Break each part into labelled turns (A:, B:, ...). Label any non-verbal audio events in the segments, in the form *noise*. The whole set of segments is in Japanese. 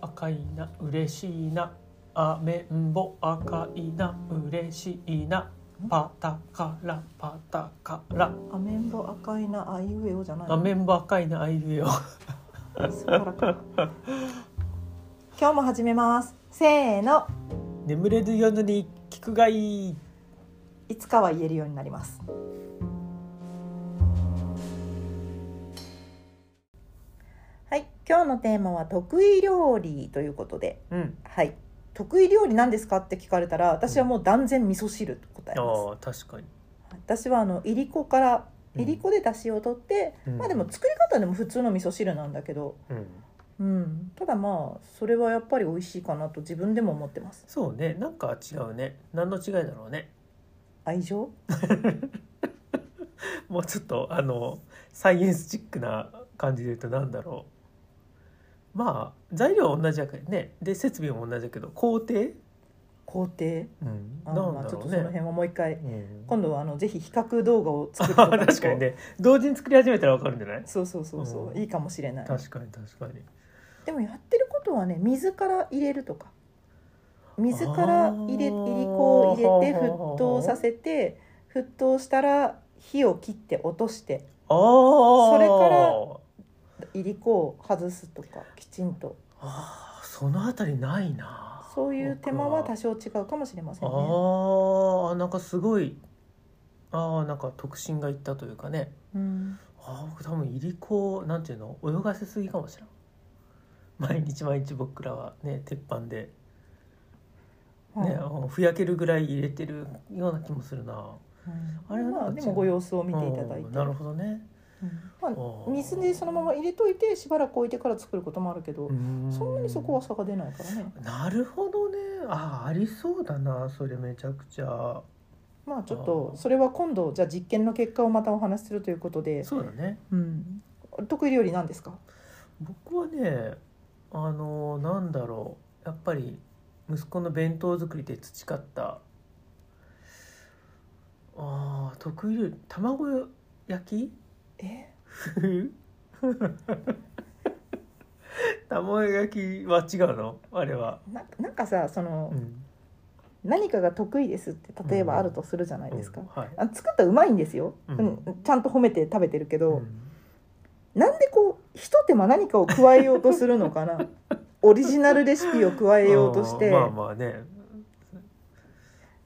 A: 赤いな嬉しいなアメンボ赤いな嬉しいなパタカラパタカラ
B: アメンボ赤いなあいうえおじゃない
A: アメンボ赤いなあいうえよ *laughs*
B: そこからか今日も始めますせーの
A: 眠れる夜に聞くがいい
B: いつかは言えるようになりますはい今日のテーマは得意料理ということで
A: うん
B: はい得意料理なんですかって聞かれたら私はもう断然味噌汁と答え
A: あ
B: ます
A: ー確かに
B: 私はあのいりこから
A: うん
B: いりこで出汁を取って、
A: うん
B: まあでも作り方でも普通の味噌汁なんだけど
A: うん
B: うんただまあそれはやっぱり美味しいかなと自分でも思ってます
A: そうねなんか違うね何の違いだろうね *laughs*
B: 愛情
A: もうちょっとあのサイエンスチックな感じで言うと何だろうまあ材料は同じだけどねで設備も同じだけど工程、
B: 工程
A: うん、な
B: あのま
A: ん
B: あ
A: だ
B: ちょっ
A: ろ
B: と
A: う
B: その
A: ね
B: 辺はもう一回
A: うん
B: 今度はあのぜひ比較動画を作ると
A: あ
B: か
A: *laughs* 確かにね同時に作り始めたらわかるんじゃない
B: そうそうそうそう、
A: うん
B: いいかもしれない
A: 確かに確かに
B: でもやってることはね水から入れるとか水から入れい
A: あ
B: り
A: ー
B: こを入れて
A: ほうほうほう
B: 沸騰させて沸騰したら火を切って落として
A: ああそ
B: れからいりこを外すとかきちんと
A: あーそのあたりないな
B: そういう手間は
A: 僕
B: 多少違うかもしれませんね。
A: ああなんかすごいああなんか特進がいったというかね
B: うん、
A: ああ僕多分いりこをなんていうの泳がせすぎかもしれん毎日毎日僕らはね鉄板で、
B: はい
A: ねあのふやけるぐらい入れてるような気もするな
B: うん
A: あれは
B: ま
A: な
B: あ
A: んか
B: で
A: 違う
B: もご様子を見ていただいて
A: うん、なるほどね
B: うんまあ、水でそのまま入れといてしばらく置いてから作ることもあるけど、そんなにそこは差が出ないからね
A: なるほどねああありそうだなそれめちゃくちゃ
B: まあちょっとそれは今度じゃあ実験の結果をまたお話しするということで、
A: そうだね
B: うん、得意料理なんですか
A: 僕はねあのなんだろうやっぱり息子の弁当作りで培ったあー得意料理卵
B: *laughs*
A: 焼き
B: え
A: 卵焼きは違うのあれは、
B: ななんかさその、
A: うん
B: 何かが得意ですって例えばあるとするじゃないですか、
A: うんはい
B: あ作ったらうまいんですよ、
A: う
B: うんんちゃんと褒めて食べてるけ
A: う
B: ど、
A: ん
B: なんでこうひと手間何かを加えようとするの
A: *laughs*
B: かなオリジナルレシピを加えようとして、
A: あーまあまあね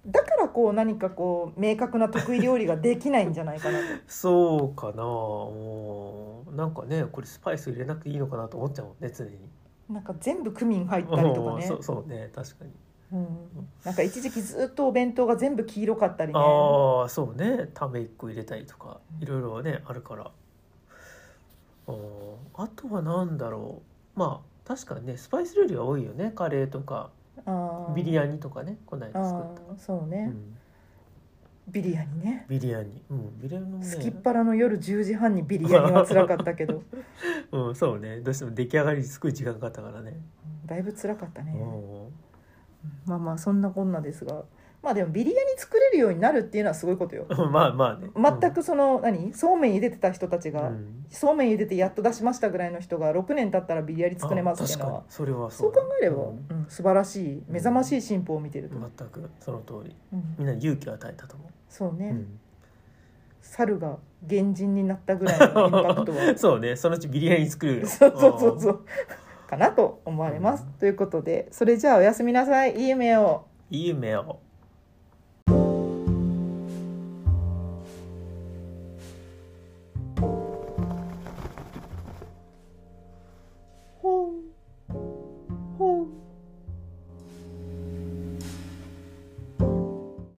B: だからこう何かこう明確な得意料理ができないんじゃな
A: *laughs*
B: いかなと
A: そうかなおーなんかねこれスパイス入れなくていいのかなと思っちゃうもんね常に
B: なんか全部クミン入ったりとか
A: うん
B: ね
A: *laughs* そ、うそうね確かに、
B: うん、なんか一時期ずっとお弁当が全部黄色かったりね
A: ああそうねため一個入れたりとかいろいろねあるからおーあとは何だろうまあ確かにねスパイス料理は多いよねカレーとか
B: あー
A: ビリヤニとかねこないだ作
B: あ
A: った、
B: ーそう
A: う
B: ね、
A: ん、
B: ビリヤニね
A: ビリヤニうんビリヤニもね
B: すきっ腹の夜10時半にビリヤニは辛かった
A: *laughs*
B: けど
A: うんそうねどうしても出来上がりにすごい時間かかったからね、
B: だいぶ辛かったね、
A: うん
B: まあまあそんなこんなですがまあでもビリヤニ作れるようになるっていうのはすごいことよ
A: *laughs* まあまあね
B: 全くその、何そうめん茹でてた人たち
A: うん
B: が、
A: うん
B: そうめん茹でてやっと出しましたぐらいの人が6年経ったらビリヤニ作れますっていう
A: あ
B: の
A: 確
B: は
A: かにそれは
B: そう
A: うだ
B: 考えれば、
A: うん
B: うん素晴らしい目覚ましい進歩を見てると、
A: 全くその通り
B: うん
A: みんなに勇気を与えたと思
B: そう
A: う、
B: ね、
A: うん
B: 猿が原人になったぐ
A: *laughs*
B: らいのインパクトは
A: そうねそのうちビリヤニ作るよ
B: そうそうそうそ
A: うん
B: うかなと思われます、
A: うん
B: ということでそれじゃあおやすみなさいいい夢を
A: いい夢を